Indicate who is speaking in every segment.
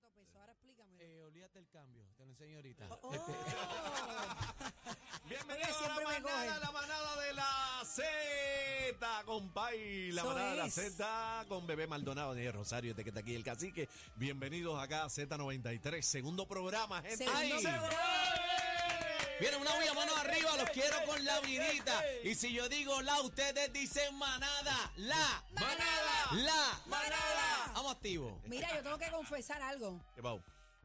Speaker 1: pues, número.
Speaker 2: Eh, olvídate el cambio, te lo enseño ahorita.
Speaker 1: Oh,
Speaker 3: eh, Bienvenidos
Speaker 1: Eso
Speaker 3: a la
Speaker 1: siempre me
Speaker 3: manada,
Speaker 1: cogen.
Speaker 3: la manada de la Z, compay. La
Speaker 1: Eso
Speaker 3: manada de la
Speaker 1: es.
Speaker 3: Z con Bebé Maldonado, Daniel Rosario, este que está aquí, el cacique. Bienvenidos acá a Z93, segundo programa, gente.
Speaker 1: Segundo
Speaker 3: eh, ¡Ay!
Speaker 2: Viene una huya, mano arriba, los quiero con la vidita. Y si yo digo la, ustedes dicen manada, la,
Speaker 3: ¡Manada!
Speaker 2: la,
Speaker 1: Manada.
Speaker 2: Vamos activo.
Speaker 1: Mira, yo tengo que confesar algo.
Speaker 3: ¿Qué pau?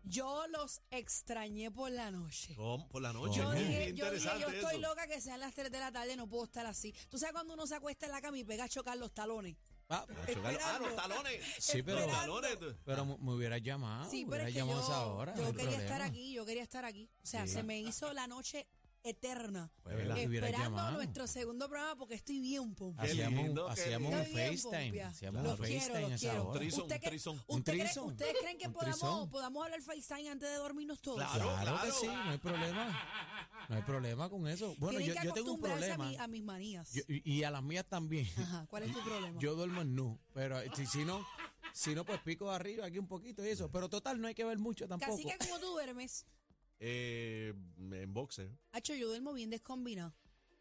Speaker 1: Yo los extrañé por la noche.
Speaker 3: ¿Cómo? Por la noche.
Speaker 1: Yo
Speaker 3: Muy
Speaker 1: dije, yo, dije,
Speaker 3: interesante
Speaker 1: yo estoy
Speaker 3: eso.
Speaker 1: loca que sean las 3 de la tarde, no puedo estar así. Tú sabes cuando uno se acuesta en la cama y pega a chocar los talones.
Speaker 2: Ah,
Speaker 1: esperando.
Speaker 3: Ah, los talones.
Speaker 2: Sí, pero-
Speaker 3: Los talones. tú.
Speaker 2: pero me- me hubieras llamado.
Speaker 1: Sí, pero
Speaker 2: hubieras
Speaker 1: es que
Speaker 2: Ah, llamado a esa
Speaker 1: yo,
Speaker 2: hora.
Speaker 1: yo
Speaker 2: no hay
Speaker 1: quería
Speaker 2: problema.
Speaker 1: estar aquí, yo quería estar aquí. O sea,
Speaker 2: Sí.
Speaker 1: se me hizo la noche eterna.
Speaker 2: Pues, ¿verdad? Te hubieras
Speaker 1: Esperando
Speaker 2: llamado.
Speaker 1: nuestro segundo programa porque estoy bien, pompa.
Speaker 3: Qué
Speaker 2: Hacíamos,
Speaker 3: lindo,
Speaker 2: un-
Speaker 3: qué
Speaker 2: hacíamos un
Speaker 1: Estoy bien,
Speaker 2: FaceTime.
Speaker 1: pompia.
Speaker 2: Hacíamos
Speaker 1: Los
Speaker 2: un
Speaker 1: quiero,
Speaker 2: FaceTime
Speaker 1: los
Speaker 2: a esa
Speaker 1: quiero.
Speaker 2: hora.
Speaker 3: Threesome,
Speaker 1: ¿Usted cree-
Speaker 3: threesome.
Speaker 2: Un
Speaker 1: usted cree-
Speaker 2: threesome.
Speaker 1: ¿Ustedes creen que
Speaker 2: Un
Speaker 1: podamos,
Speaker 2: threesome.
Speaker 1: podamos hablar FaceTime antes de dormirnos todos?
Speaker 3: Claro.
Speaker 2: Claro, que sí, no hay problema. No hay problema con eso. Bueno, yo,
Speaker 1: Tienen que
Speaker 2: yo tengo un
Speaker 1: acostumbrarse
Speaker 2: problema.
Speaker 1: A, mi- Ah, a mis manías.
Speaker 2: Yo- y y a las mías también.
Speaker 1: Ajá, ¿cuál es tu problema?
Speaker 2: Yo duermo en nu, pero eh, si, si no, si no, pues pico arriba aquí un poquito y eso. Pero total, no hay que ver mucho tampoco.
Speaker 1: Casi que como tú duermes,
Speaker 3: Eh, en boxeo.
Speaker 1: Hacho, yo duermo bien descombinado.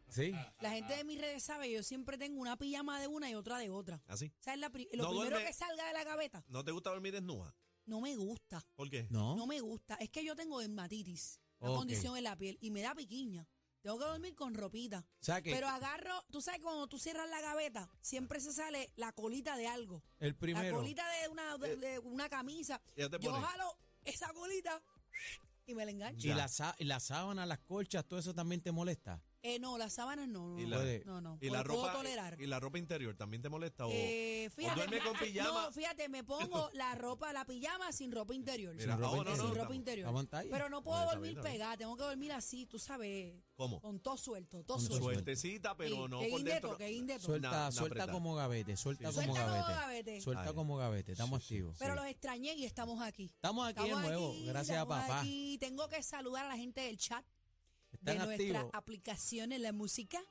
Speaker 2: Sí.
Speaker 3: Ah.
Speaker 1: La gente de mis redes sabe, yo siempre tengo una pijama de una y otra de otra.
Speaker 3: ¿Así?
Speaker 1: O sea, es la pri- lo
Speaker 3: No
Speaker 1: primero
Speaker 3: duerme-
Speaker 1: que salga de la gaveta,
Speaker 3: ¿No te gusta dormir desnuda?
Speaker 1: no me gusta.
Speaker 3: ¿Por qué?
Speaker 2: No.
Speaker 1: No me gusta. Es que yo tengo dermatitis, una
Speaker 2: Ok.
Speaker 1: condición en la piel, y me da piquiña. Tengo que dormir con ropita.
Speaker 2: O sea que
Speaker 1: Pero agarro, tú sabes, cuando tú cierras la gaveta, siempre se sale la colita de algo.
Speaker 2: el
Speaker 1: La
Speaker 2: primero.
Speaker 1: colita de una, de, de una camisa.
Speaker 3: Ya Eh. te
Speaker 1: Yo
Speaker 3: pones.
Speaker 1: jalo esa colita y me la engancho.
Speaker 2: Y la, sa- y la sábana, las colchas, todo eso también te molesta.
Speaker 1: Eh, no, las sábanas no. No,
Speaker 3: Y
Speaker 1: no,
Speaker 3: la-
Speaker 2: Puede.
Speaker 1: no, no.
Speaker 3: ¿Y
Speaker 1: Puedo-
Speaker 3: la, ropa, eh,
Speaker 1: puedo tolerar.
Speaker 3: ¿Y la ropa interior también te molesta? ¿O,
Speaker 1: Eh,
Speaker 3: o duerme con pijama?
Speaker 1: No, fíjate, me pongo la ropa, la pijama sin ropa interior.
Speaker 3: Mira,
Speaker 1: sin
Speaker 3: ah,
Speaker 1: ropa,
Speaker 3: bueno,
Speaker 1: sin
Speaker 3: no,
Speaker 1: ropa
Speaker 3: estamos-
Speaker 1: interior.
Speaker 2: estamos en talla.
Speaker 1: Pero no puedo
Speaker 3: Bueno, está
Speaker 1: dormir
Speaker 3: bien, está bien.
Speaker 1: pegada, tengo que dormir así, tú sabes.
Speaker 3: ¿Cómo?
Speaker 1: Con todo suelto, todo
Speaker 2: Con todo
Speaker 1: suelto.
Speaker 2: suelto.
Speaker 3: Sueltecita, pero
Speaker 1: Sí,
Speaker 3: no
Speaker 1: que
Speaker 3: por dentro.
Speaker 1: indeto, que indeto.
Speaker 2: Suelta,
Speaker 3: Una- una
Speaker 2: suelta
Speaker 3: apretada.
Speaker 2: como gavete, suelta como
Speaker 1: Suelta como
Speaker 2: gavete.
Speaker 1: gavete.
Speaker 2: Suelta
Speaker 3: Ay.
Speaker 2: como gavete, estamos activos.
Speaker 1: Pero
Speaker 2: sí.
Speaker 1: los extrañé y estamos aquí.
Speaker 2: Estamos aquí de nuevo, gracias a
Speaker 1: estamos
Speaker 2: papá.
Speaker 1: aquí. Tengo que saludar a la gente del chat de
Speaker 2: Están
Speaker 1: nuestra
Speaker 2: activos.
Speaker 1: aplicación en la música.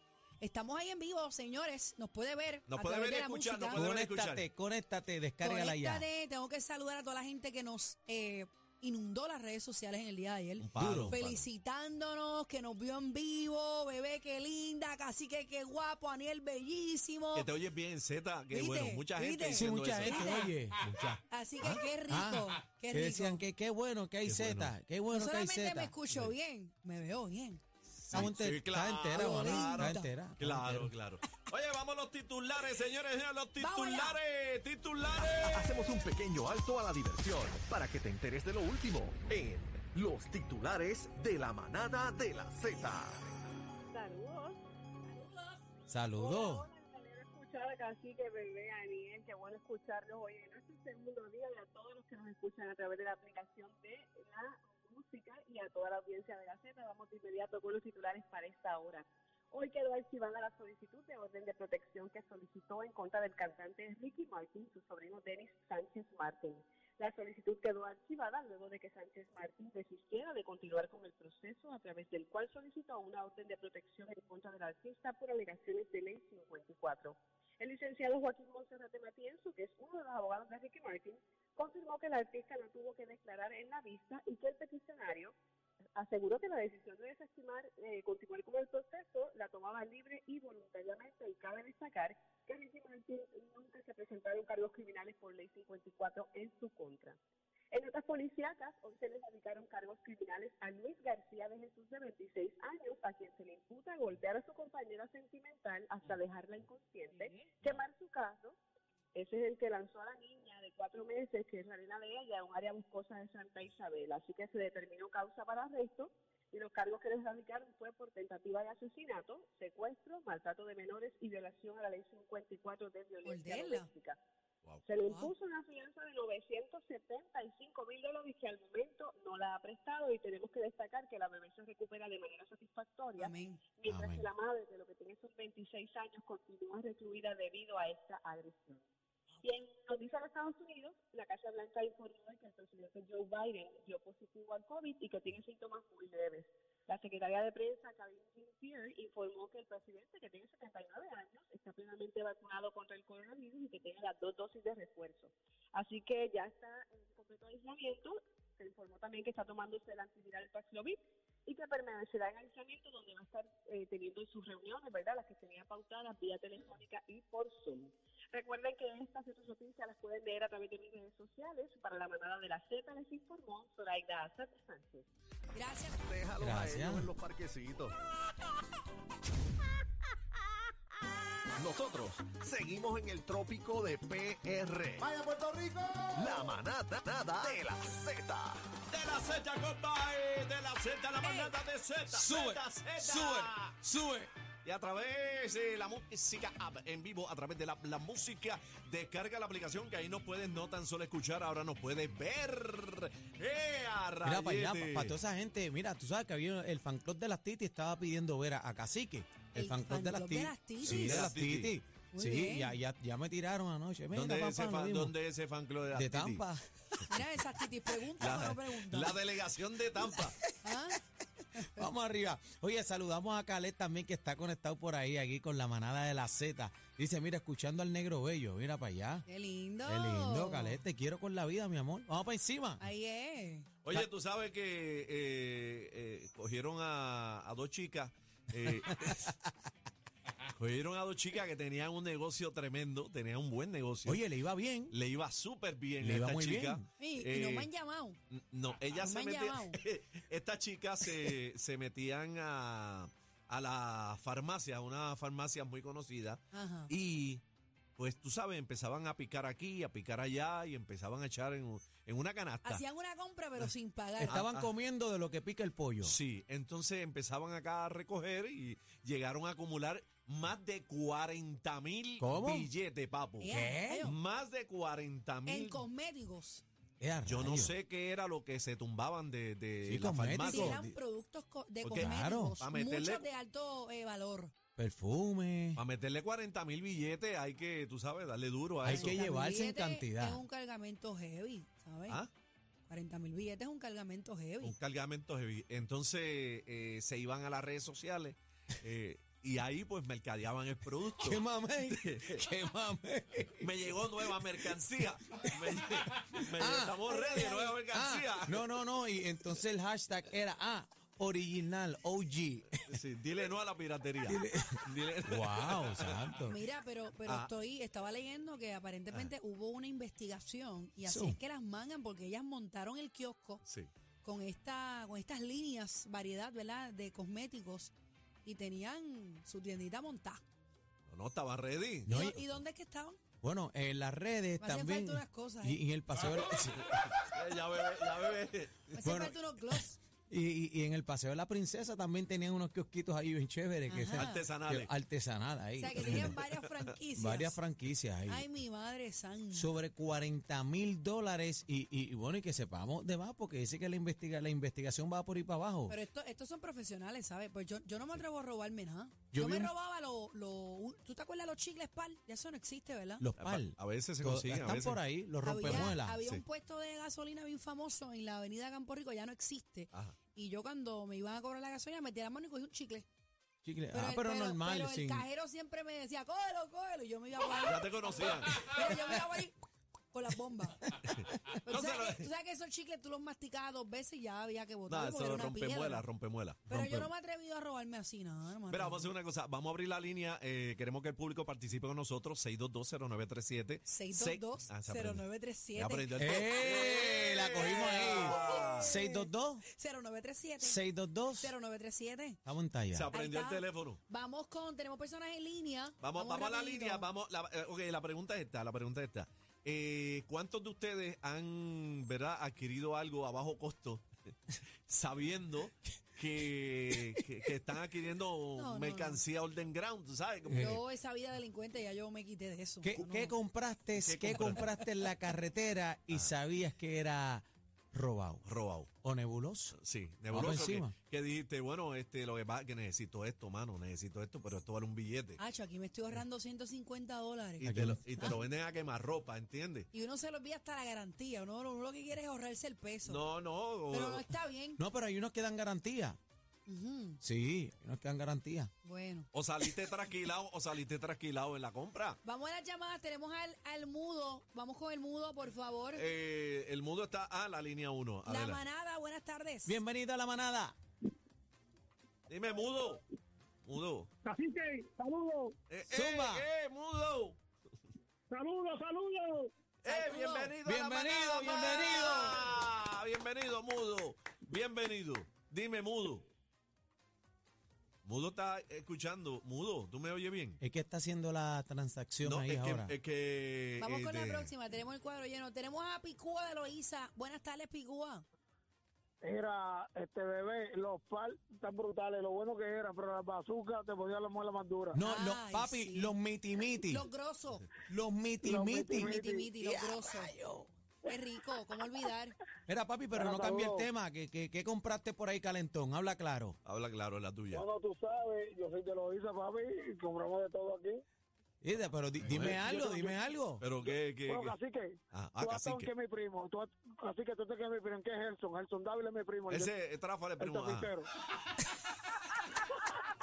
Speaker 1: Estamos ahí en vivo, señores. Nos puede ver.
Speaker 3: Nos
Speaker 1: a
Speaker 3: puede
Speaker 1: través
Speaker 3: ver y
Speaker 1: de la
Speaker 3: escuchar, nos
Speaker 1: música.
Speaker 3: puede Pueden
Speaker 2: Conéctate,
Speaker 3: escuchar.
Speaker 2: conéctate, descárgala ya.
Speaker 1: Conéctate, tengo que saludar a toda la gente que nos eh, inundó las redes sociales en el día de ayer.
Speaker 3: Un palo, un palo.
Speaker 1: Felicitándonos, que nos vio en vivo, bebé, qué linda, cacique, qué guapo, Aniel, bellísimo.
Speaker 3: Que te oyes bien, Z. Que
Speaker 1: ¿Viste?
Speaker 3: bueno, mucha gente
Speaker 1: ¿Viste?
Speaker 2: Sí,
Speaker 3: diciendo
Speaker 2: mucha
Speaker 3: eso.
Speaker 2: gente,
Speaker 1: Mira.
Speaker 2: oye.
Speaker 3: Mucha.
Speaker 1: Así que qué rico,
Speaker 2: Ah,
Speaker 1: qué
Speaker 2: que
Speaker 1: rico.
Speaker 2: decían que qué bueno que hay
Speaker 3: Qué
Speaker 2: Z,
Speaker 3: bueno.
Speaker 2: qué
Speaker 1: no
Speaker 2: bueno que hay
Speaker 1: solamente me
Speaker 2: Z.
Speaker 1: escucho bien, me veo bien.
Speaker 2: Estamos
Speaker 3: Sí,
Speaker 2: enter-
Speaker 3: sí, claro,
Speaker 2: está entera, mano,
Speaker 1: claro.
Speaker 2: está entera.
Speaker 3: Claro, claro. Oye, vamos a los titulares, señores. señores, Los
Speaker 1: Vamos allá.
Speaker 3: titulares, titulares.
Speaker 4: Hacemos un pequeño alto a la diversión para que te enteres de lo último en los titulares de la manada de la Z.
Speaker 5: Saludos.
Speaker 2: Saludos.
Speaker 5: Hola, hola, qué bueno escuchar a Cacique, bebé, Aniel, qué bueno escucharlos hoy en este segundo día y a todos los que nos escuchan a través de la aplicación de la música y a toda la audiencia de Gaceta. Vamos de inmediato con los titulares para esta hora. Hoy quedó archivada la solicitud de orden de protección que solicitó en contra del cantante Ricky Martin y su sobrino Denis Sánchez Martin. La solicitud quedó archivada luego de que Sánchez Martín desistiera de continuar con el proceso a través del cual solicitó una orden de protección en contra del artista por alegaciones de ley 54. El licenciado Joaquín Monserrat de Matienzo, que es uno de los abogados de Ricky Martin, confirmó que el artista no tuvo que declarar en la vista y que el peticionario aseguró que la decisión de desestimar eh, continuar con el proceso la tomaba libre y voluntariamente y cabe destacar que Ricky Martin nunca se presentaron cargos criminales por ley 54 en su contra. En notas policíacas, hoy se les aplicaron cargos criminales a Luis García de Jesús de 26 años, a quien se le imputa golpear a su compañera sentimental hasta dejarla inconsciente, quemar su caso. Ese es el que lanzó a la niña de cuatro meses, que es la nena de ella, a un área boscosa de Santa Isabel. Así que se determinó causa para arresto y los cargos que les radicaron fue por tentativa de asesinato, secuestro, maltrato de menores y violación a la ley 54 de violencia
Speaker 1: Ordela.
Speaker 5: doméstica.
Speaker 3: Wow.
Speaker 5: Se le
Speaker 1: Wow.
Speaker 5: impuso una fianza de 975 mil dólares que al momento no la ha prestado y tenemos que destacar que la bebé se recupera de manera satisfactoria,
Speaker 1: Amén.
Speaker 5: mientras
Speaker 2: Amén.
Speaker 5: que la madre, de lo que tiene sus 26 años, continúa recluida debido a esta agresión. Y en noticias de Estados Unidos, la Casa Blanca informó de que el presidente Joe Biden dio positivo al COVID y que tiene síntomas muy leves. La secretaria de prensa, Karine Jean-Pierre, informó que el presidente, que tiene 79 años, está plenamente vacunado contra el coronavirus y que tiene las dos dosis de refuerzo. Así que ya está en completo aislamiento Se informó también que está tomándose el antiviral Paxlovid y que permanecerá en aislamiento donde va a estar eh, teniendo sus reuniones, ¿verdad? Las que tenía pautadas vía telefónica y por Zoom. Recuerden que estas y otras noticias las pueden leer a través de mis redes sociales. Para la manada de la Z les informó Zoraida Azar Sánchez.
Speaker 1: Gracias.
Speaker 4: Déjalos a
Speaker 2: Gracias.
Speaker 4: ellos en los parquecitos. Nosotros seguimos en el trópico de PR.
Speaker 6: ¡Vaya Puerto Rico!
Speaker 4: La manada nada de la Z.
Speaker 3: De la Z, compadre, de la Z, la manada de Z,
Speaker 2: Sube,
Speaker 3: Z, Z.
Speaker 2: sube, sube.
Speaker 3: Y a través de la música app, en vivo, a través de la, la música, descarga la aplicación que ahí nos puedes no tan solo escuchar, ahora nos puedes ver. ¡Eh, a
Speaker 2: Mira, para allá,
Speaker 3: rayete!
Speaker 2: para toda esa gente, mira, tú sabes que había el fan club de las Titi estaba pidiendo ver a, a Cacique. El, fan club de las
Speaker 1: club de
Speaker 2: Titi.
Speaker 1: las titis.
Speaker 2: Sí, de las Titi.
Speaker 1: Muy
Speaker 2: Sí,
Speaker 1: bien.
Speaker 2: ya, ya, ya me tiraron anoche. Venga,
Speaker 3: ¿Dónde es
Speaker 2: papá,
Speaker 3: ese
Speaker 2: nos
Speaker 3: fan,
Speaker 2: vimos.
Speaker 3: ¿Dónde es ese fan club de las
Speaker 2: De
Speaker 3: titis?
Speaker 2: Tampa.
Speaker 1: Mira esas titis, pregunta o
Speaker 3: La,
Speaker 1: no pregunta.
Speaker 3: la delegación de Tampa.
Speaker 1: ¿Ah?
Speaker 2: Vamos arriba. Oye, saludamos a Calet también que está conectado por ahí, aquí con la manada de la Z. Dice, mira, escuchando al negro bello, mira para allá.
Speaker 1: Qué lindo.
Speaker 2: Qué lindo, Calet, te quiero con la vida, mi amor. Vamos para encima.
Speaker 1: Ahí es.
Speaker 3: Oye, tú sabes que eh, eh, cogieron a, a dos chicas. eh, cogieron a dos chicas que tenían un negocio tremendo, tenían un buen negocio.
Speaker 2: Oye, le iba bien.
Speaker 3: le iba súper bien
Speaker 2: Le
Speaker 3: a
Speaker 2: iba
Speaker 3: esta
Speaker 2: muy
Speaker 3: chica.
Speaker 2: bien. Ah,
Speaker 1: Y, y
Speaker 3: Eh,
Speaker 1: no me han llamado.
Speaker 3: N- No, ella
Speaker 1: No
Speaker 3: se
Speaker 1: me han
Speaker 3: metía.
Speaker 1: llamado.
Speaker 3: Estas chicas se, se metían a, a la farmacia, a una farmacia muy conocida.
Speaker 1: Ajá.
Speaker 3: Y pues tú sabes, empezaban a picar aquí, a picar allá y empezaban a echar en, un- en una canasta.
Speaker 1: Hacían una compra, pero sin pagar.
Speaker 2: Estaban
Speaker 3: ah.
Speaker 2: comiendo de lo que pica el pollo.
Speaker 3: Sí, entonces empezaban acá a recoger y llegaron a acumular más de 40 mil
Speaker 2: ¿Cómo?
Speaker 3: billetes, papo.
Speaker 1: Ea, ¿Qué? rayo.
Speaker 3: Más de 40
Speaker 1: en
Speaker 3: mil.
Speaker 1: cosméticos.
Speaker 2: Ea,
Speaker 3: Yo no
Speaker 2: rayos.
Speaker 3: sé qué era lo que se tumbaban de, de
Speaker 2: Sí,
Speaker 3: la
Speaker 2: cosméticos.
Speaker 1: Si
Speaker 3: farmacia.
Speaker 2: Maco.
Speaker 1: eran productos co- de
Speaker 3: Porque-
Speaker 2: Claro.
Speaker 1: cosméticos,
Speaker 3: Pa' meterle-
Speaker 1: muchos de alto eh, valor.
Speaker 2: Perfume.
Speaker 3: Para meterle 40 mil billetes hay que, tú sabes, darle duro a
Speaker 2: Hay
Speaker 3: eso.
Speaker 2: que
Speaker 1: 40.000
Speaker 2: llevarse en
Speaker 1: billetes
Speaker 2: cantidad.
Speaker 1: Es un cargamento heavy, ¿sabes?
Speaker 3: ¿Ah?
Speaker 1: 40 mil billetes es un cargamento
Speaker 3: Un
Speaker 1: heavy.
Speaker 3: cargamento heavy. Entonces eh, se iban a las redes sociales eh, y ahí pues mercadeaban el producto.
Speaker 2: ¡Qué mamey! ¡Qué mamey!
Speaker 3: Me llegó nueva mercancía. Me, lle- me-
Speaker 2: Ah.
Speaker 3: estamos ready, nueva mercancía.
Speaker 2: Ah, no, no, no. Y entonces el hashtag era, ah, original, OG.
Speaker 3: Sí, dile no a la piratería. Dile-
Speaker 2: wow, santo.
Speaker 1: Mira, pero, pero
Speaker 3: Ah.
Speaker 1: estoy, estaba leyendo que aparentemente hubo una investigación y así
Speaker 2: Sí.
Speaker 1: es que las mangan porque ellas montaron el kiosco
Speaker 3: Sí.
Speaker 1: con esta, con estas líneas, variedad, ¿verdad? De cosméticos y tenían su tiendita montada.
Speaker 3: No, no, estaba ready.
Speaker 2: No,
Speaker 1: ¿Y,
Speaker 2: y-
Speaker 1: y dónde es que estaban?
Speaker 2: Bueno, en las redes
Speaker 1: Me hacen
Speaker 2: también.
Speaker 1: falta unas cosas,
Speaker 2: y,
Speaker 1: ¿eh?
Speaker 2: y en el paseo de la, sí.
Speaker 3: Eh, Ya bebé, ya bebé.
Speaker 1: Me hacen
Speaker 2: Bueno,
Speaker 1: falta unos gloss.
Speaker 2: y, y- y en el paseo de la princesa también tenían unos kiosquitos ahí bien chéveres que
Speaker 1: Ajá.
Speaker 2: eran-
Speaker 3: Artesanales.
Speaker 2: que- artesanales ahí.
Speaker 1: O sea, que tenían varias franquicias.
Speaker 2: varias franquicias ahí.
Speaker 1: Ay, mi madre santa.
Speaker 2: sobre 40 mil dólares y, y- y bueno, y que sepamos de más porque dice que la, investiga, la investigación va por ahí para abajo.
Speaker 1: Pero esto, estos son profesionales, ¿sabes? Pues yo, yo no me atrevo a robarme nada.
Speaker 2: Yo
Speaker 1: Yo,
Speaker 2: vi
Speaker 1: me
Speaker 2: un-
Speaker 1: robaba los... Lo, ¿Tú te acuerdas de los chicles pal? Ya eso no existe, ¿verdad?
Speaker 2: Los pal.
Speaker 3: A veces Ah, se
Speaker 2: Todo-
Speaker 3: consiguen, a
Speaker 2: Están
Speaker 3: veces.
Speaker 2: por ahí, los
Speaker 1: había
Speaker 2: rompemuelas.
Speaker 1: había
Speaker 3: Sí.
Speaker 1: un puesto de gasolina bien famoso en la avenida Campo Rico, ya no existe.
Speaker 3: Ajá.
Speaker 1: Y yo cuando me iban a cobrar la gasolina, metía la mano y cogí un chicle.
Speaker 2: Chicle. ah,
Speaker 1: el-
Speaker 2: pero, normal.
Speaker 1: pero
Speaker 2: sin-
Speaker 1: el cajero siempre me decía, cógelo, cógelo. Y yo me iba por ahí.
Speaker 3: Ya te conocían.
Speaker 1: Mira, yo me iba por ahí con las bombas. Pero
Speaker 3: No
Speaker 1: tú,
Speaker 3: se lo-
Speaker 1: sabes que, tú sabes que esos chicles tú los masticabas dos veces y ya había que botar.
Speaker 3: Nada,
Speaker 1: porque era
Speaker 3: eso
Speaker 1: una piedra.
Speaker 3: rompemuela, rompemuela.
Speaker 1: Pero yo
Speaker 3: rompemuela.
Speaker 1: no me he atrevido a robarme así, nada. No me
Speaker 3: Mira,
Speaker 1: atrevo.
Speaker 3: vamos a hacer una cosa. Vamos a abrir la línea. eh, queremos que el público participe con nosotros. 6220937.
Speaker 1: 622
Speaker 3: Ah, se aprendió. Ya
Speaker 1: 0937
Speaker 3: aprendió el ¡Eh!
Speaker 2: ¡Eh! La cogimos ahí. 622,
Speaker 1: 0937
Speaker 2: 622.
Speaker 1: 0937
Speaker 2: Estamos en talla.
Speaker 3: Se aprendió
Speaker 1: Ahí
Speaker 3: el
Speaker 1: está.
Speaker 3: teléfono.
Speaker 1: Vamos con, tenemos personas en línea.
Speaker 3: Vamos, vamos, a la
Speaker 1: rapidito.
Speaker 3: línea. Vamos, la, eh, ok, la pregunta es esta. La pregunta es esta. Eh, ¿Cuántos de ustedes han ¿verdad, adquirido algo a bajo costo sabiendo que, que- que están adquiriendo
Speaker 1: no, Eh.
Speaker 3: mercancía Olden Ground? ¿Tú sabes? Como que-
Speaker 1: Yo esa vida delincuente ya yo me quité de eso.
Speaker 2: ¿Qué,
Speaker 1: No, no.
Speaker 2: qué compraste?
Speaker 3: ¿Qué Ah.
Speaker 2: ¿Qué, compraste en la carretera y sabías que era robado
Speaker 3: robado.
Speaker 2: o nebuloso?
Speaker 3: Sí,
Speaker 2: Vamos
Speaker 3: nebuloso que,
Speaker 2: encima.
Speaker 3: que dijiste, bueno, este lo que pasa es que necesito esto, mano, necesito esto, pero esto vale un billete.
Speaker 1: Acho, aquí me estoy ahorrando 150 dólares.
Speaker 3: Y te, lo, y
Speaker 1: Ah.
Speaker 3: te lo venden a quemarropa, ¿entiendes?
Speaker 1: Y uno se lo olvida hasta la garantía. Uno, uno lo que quiere es ahorrarse el peso.
Speaker 3: No, no. o-
Speaker 1: Pero no está bien.
Speaker 2: No, pero hay unos que dan garantía.
Speaker 1: Ujú,
Speaker 2: Sí, no es que dan garantía.
Speaker 1: Bueno.
Speaker 3: O saliste trasquilado o saliste trasquilado en la compra.
Speaker 1: Vamos a las llamadas, tenemos al, al mudo. Vamos con el mudo, por favor.
Speaker 3: Eh, el mundo está a la línea 1.
Speaker 1: la manada, buenas tardes.
Speaker 2: Bienvenido a la manada.
Speaker 3: Dime, mudo. Mudo.
Speaker 6: Cacique, saludos,
Speaker 3: Eh,
Speaker 2: Zumba.
Speaker 3: Eh, eh, mudo.
Speaker 6: saludos, saludos.
Speaker 3: Eh,
Speaker 1: Saludos.
Speaker 3: bienvenido.
Speaker 2: Bienvenido,
Speaker 3: a la manada. Bienvenido, mudo. Bienvenido. Dime, mudo. Mudo está escuchando. Mudo, ¿tú me oyes bien?
Speaker 2: Es que está haciendo la transacción ahí
Speaker 3: es
Speaker 2: ahora.
Speaker 3: que, es que.
Speaker 1: Vamos
Speaker 3: eh,
Speaker 1: con la
Speaker 3: de-
Speaker 1: próxima, tenemos el cuadro lleno. Tenemos a Picúa de Loíza. Buenas tardes, Picúa.
Speaker 6: Era, este bebé, los par tan brutales, lo bueno que era, pero la bazooka te ponía la muela más dura.
Speaker 2: no, los
Speaker 1: Ay,
Speaker 2: papi,
Speaker 1: sí.
Speaker 2: los mitimiti.
Speaker 1: Los grosos.
Speaker 2: Los mitimiti.
Speaker 1: Miti, miti, los grosos. Qué rico, ¿cómo olvidar?
Speaker 2: Mira, papi, pero
Speaker 6: Bueno,
Speaker 2: no cambie el
Speaker 6: saludos.
Speaker 2: tema. ¿Qué que, que compraste por ahí, calentón? Habla claro.
Speaker 3: Habla claro, es la tuya.
Speaker 6: No, no, tú sabes, yo soy de Loiza, papi, y compramos de todo aquí.
Speaker 2: Ida, Pero di- dime algo, dime algo.
Speaker 3: Pero que. que,
Speaker 6: Bueno,
Speaker 3: que-
Speaker 6: cacique,
Speaker 3: Ah, ah,
Speaker 6: tú has
Speaker 3: cacique.
Speaker 6: que es mi primo, tú has, cacique, tú te que es mi primo, que es Gerson, Gerson Dávila es mi primo. el de-
Speaker 3: Ese es Tráfale,
Speaker 6: el
Speaker 3: primo. ah. ajá.
Speaker 6: tapicero.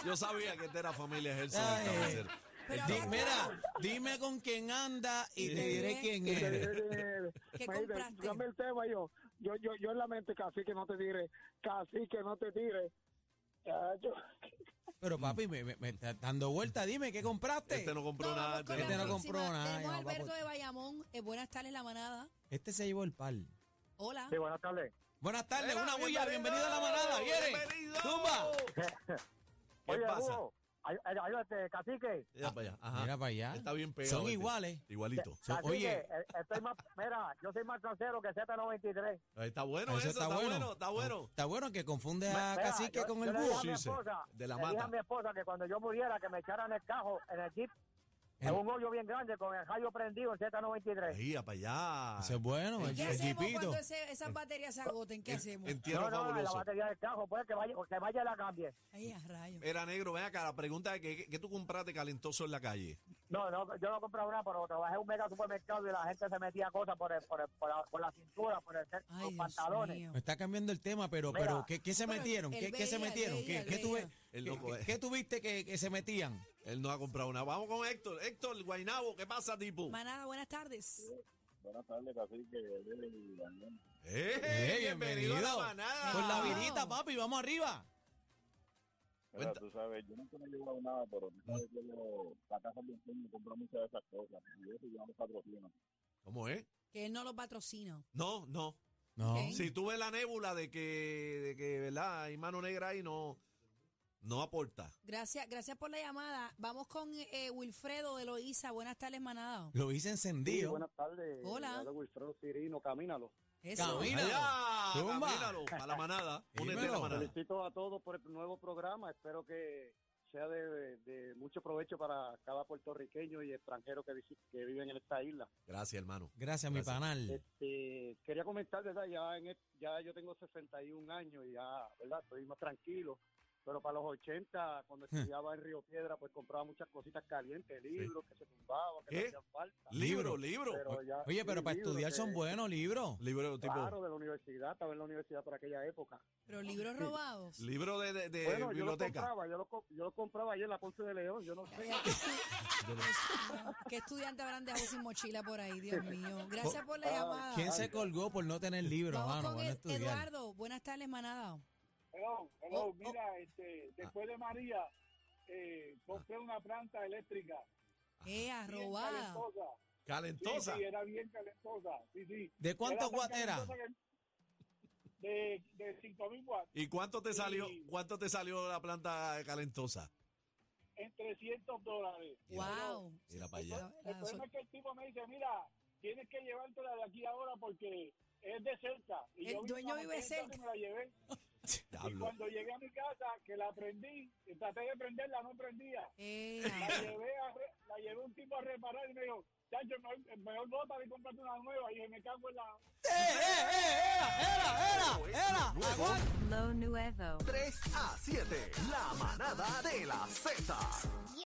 Speaker 3: Yo sabía que esta era familia Gerson.
Speaker 2: Ay.
Speaker 3: del Cabecero.
Speaker 1: Pero
Speaker 2: Di-
Speaker 1: habla
Speaker 2: mira, dime con quién anda y te
Speaker 1: Sí.
Speaker 2: diré quién
Speaker 6: Y te
Speaker 2: eres.
Speaker 6: diré quién eres.
Speaker 1: ¿Qué
Speaker 6: Me dice,
Speaker 1: compraste?
Speaker 6: Cambia el tema yo. Yo, yo, yo en la mente, cacique, no te tire, cacique, no te tire. Chacho.
Speaker 2: Pero papi, me, me- me está dando vuelta. Dime, ¿qué compraste?
Speaker 3: Este no compró
Speaker 1: No,
Speaker 3: nada.
Speaker 1: vamos con
Speaker 3: este
Speaker 2: Este
Speaker 1: la
Speaker 3: no
Speaker 2: no
Speaker 3: compró-
Speaker 1: próxima.
Speaker 2: compró nada,
Speaker 1: Tenemos a
Speaker 2: no,
Speaker 1: Alberto
Speaker 2: vamos.
Speaker 1: de Bayamón. Eh, buenas tardes, la manada.
Speaker 2: Este se llevó el pal.
Speaker 1: Hola.
Speaker 6: buenas tardes.
Speaker 2: Buenas tardes,
Speaker 3: Era,
Speaker 2: una bulla, bienvenido a la manada, ¿quieres?
Speaker 3: bienvenido.
Speaker 2: Zumba.
Speaker 3: ¿Qué pasa?
Speaker 6: Hugo, ay- ay- ayúdate, cacique.
Speaker 3: Ya para allá. Ajá.
Speaker 2: Mira para allá.
Speaker 3: Está bien pegado.
Speaker 2: Son
Speaker 3: este.
Speaker 2: iguales.
Speaker 3: Igualito.
Speaker 2: So- oye.
Speaker 6: eh, estoy más, mira, yo soy más trasero que Z93.
Speaker 3: Ahí Está bueno eso, está, bueno. está bueno.
Speaker 2: Está bueno que confunde a
Speaker 6: Me- mira,
Speaker 2: Cacique
Speaker 6: yo-
Speaker 2: con
Speaker 6: yo
Speaker 2: el
Speaker 6: le dije
Speaker 2: búho.
Speaker 6: a mi
Speaker 3: Sí, sí,
Speaker 6: esposa,
Speaker 3: de la
Speaker 6: le dije
Speaker 3: mata.
Speaker 6: a mi esposa que cuando yo muriera, que me echaran el cajo en el jeep, en
Speaker 2: El-
Speaker 6: un hoyo bien grande, con el rayo prendido en Z93.
Speaker 3: Ahí, para allá.
Speaker 2: Eso es bueno, el,
Speaker 1: ¿Qué
Speaker 2: el
Speaker 1: hacemos
Speaker 2: jeepito.
Speaker 1: cuando ese- esas baterías se agoten? ¿Qué hacemos?
Speaker 3: En tierra
Speaker 6: No, no, la
Speaker 3: fabuloso.
Speaker 6: batería del cajo, pues que vaya, que vaya y la cambie.
Speaker 1: Ay, a rayos.
Speaker 3: Era negro, ven acá, la pregunta es que, que- que tú compraste calentoso en la calle.
Speaker 6: No, no, yo no compraba una, pero trabajé en un mega supermercado y la gente se metía cosas por, el, por, el- por, la, por la cintura, por
Speaker 3: Ah.
Speaker 6: el,
Speaker 1: Ay,
Speaker 6: los
Speaker 1: Dios
Speaker 6: pantalones.
Speaker 1: mío.
Speaker 2: Me está cambiando el tema, pero,
Speaker 6: Mira.
Speaker 2: pero ¿qué, qué se
Speaker 1: Bueno,
Speaker 2: metieron?
Speaker 1: el
Speaker 2: ¿Qué, qué
Speaker 1: veía,
Speaker 2: se
Speaker 1: el
Speaker 2: metieron?
Speaker 1: veía,
Speaker 2: ¿Qué,
Speaker 1: el
Speaker 2: qué tuve-
Speaker 1: veía.
Speaker 3: El
Speaker 2: qué-
Speaker 3: loco,
Speaker 2: qué-
Speaker 3: eh.
Speaker 2: qué tuviste que, que se metían?
Speaker 3: Él no ha comprado una. Vamos con Héctor. Héctor, Guainabo, ¿qué pasa, tipo?
Speaker 1: Manada, buenas tardes.
Speaker 7: Buenas tardes, cacique. Eli, Daniel.
Speaker 3: Eh,
Speaker 2: Eh,
Speaker 3: bienvenido, a la
Speaker 2: bienvenido.
Speaker 3: manada.
Speaker 2: Con la
Speaker 1: Ah.
Speaker 2: vidita, papi, vamos arriba.
Speaker 7: Mira,
Speaker 3: Cuenta.
Speaker 7: tú sabes, yo nunca me he llevado nada, pero
Speaker 3: Mm.
Speaker 7: tú sabes que yo, la casa de empeño compro muchas de esas cosas. Y eso llevamos patrocinio.
Speaker 3: ¿Cómo es?
Speaker 1: Que él no los patrocina.
Speaker 3: No, no.
Speaker 2: No.
Speaker 1: Ok.
Speaker 3: Si tú ves la nébula de que, de que ¿verdad? Hay mano negra ahí, no, no aporta.
Speaker 1: Gracias, gracias por la llamada. Vamos con eh, Wilfredo de Loíza. Buenas tardes, manada.
Speaker 2: Lo hice encendido.
Speaker 6: tardes.
Speaker 1: Hola. Habla
Speaker 6: Wilfredo Cirino, camínalo.
Speaker 1: Eso.
Speaker 2: Camina. Míralo.
Speaker 3: Allá,
Speaker 2: Zumba.
Speaker 3: camínalo, a la manada. Únete a la
Speaker 2: Dímelo.
Speaker 3: manada.
Speaker 6: Felicito a todos por el nuevo programa. Espero que sea de, de mucho provecho para cada puertorriqueño y extranjero que, visi- que viven en esta isla.
Speaker 3: Gracias, hermano.
Speaker 2: Gracias, mi
Speaker 3: Gracias.
Speaker 2: panal.
Speaker 6: Este, quería comentar, ¿verdad? Ya, en, est- ya yo tengo 61 años y ya, ¿verdad? Estoy más tranquilo. Pero para los 80, cuando
Speaker 2: Hmm.
Speaker 6: estudiaba en Río Piedra, pues compraba muchas cositas calientes, libros que se tumbaban, que
Speaker 3: ¿Qué?
Speaker 6: no hacían falta.
Speaker 3: Libro, libro.
Speaker 6: Pero ya-
Speaker 2: Oye, pero
Speaker 6: sí,
Speaker 2: para
Speaker 6: libros
Speaker 2: estudiar
Speaker 6: que-
Speaker 2: son buenos libros.
Speaker 3: Libro tipo.
Speaker 6: Claro, de la universidad, estaba en la universidad por aquella época.
Speaker 1: Pero libros robados.
Speaker 3: Libro de, de- de
Speaker 6: Bueno, yo lo
Speaker 3: eh, biblioteca.
Speaker 6: compraba, yo lo, co- yo lo compraba ahí en la Ponce de León, yo no sé.
Speaker 3: Yo lo-
Speaker 1: ¿Qué estudiante habrán dejado sin mochila por ahí? Dios mío. Gracias por la llamada.
Speaker 2: Ah, ¿Quién se colgó por no tener libros,
Speaker 1: Vamos
Speaker 2: mano?
Speaker 1: con
Speaker 2: Van a
Speaker 1: Ed-
Speaker 2: estudiar.
Speaker 1: Eduardo. Buenas tardes, manada.
Speaker 8: Hello, hello,
Speaker 1: Oh, oh.
Speaker 8: mira, este, después de María, eh, compré una planta eléctrica.
Speaker 2: Ah,
Speaker 1: Eh,
Speaker 8: bien
Speaker 1: robada.
Speaker 8: Calentosa. Sí,
Speaker 3: Calentosa.
Speaker 8: sí, era bien calentosa. Sí, sí.
Speaker 2: ¿De
Speaker 8: Era
Speaker 2: cuántos
Speaker 8: tan
Speaker 2: watts era?
Speaker 8: calentosa que- De, de 5.000 watts,
Speaker 3: ¿Y cuánto te
Speaker 8: Sí.
Speaker 3: salió? ¿Cuánto te salió la planta calentosa?
Speaker 8: en 300 dólares.
Speaker 1: Wow.
Speaker 3: Mira para allá.
Speaker 1: La-
Speaker 8: El
Speaker 1: la-
Speaker 8: problema es que el tipo me dice, mira, tienes que llevártela de aquí ahora porque es de cerca. Y
Speaker 1: El
Speaker 8: yo vi
Speaker 1: dueño
Speaker 8: una
Speaker 1: vive
Speaker 8: montadita
Speaker 1: cerca.
Speaker 8: y Me la llevé. Y
Speaker 3: Diablo.
Speaker 8: cuando llegué a mi casa, que la prendí, y traté de prenderla, no prendía.
Speaker 1: Eh,
Speaker 8: La llevé, a re- la llevé un tipo a reparar y me dijo, chacho, mejor, mejor bota y comprarte una nueva. Y dije, me cago en la...
Speaker 2: ¡Eh, eh, eh! ¡Era,
Speaker 4: Esto es
Speaker 2: era, era!
Speaker 4: nuevo.
Speaker 2: Aguanta.
Speaker 9: Lo nuevo.
Speaker 4: 3 a 7, la manada de la Z.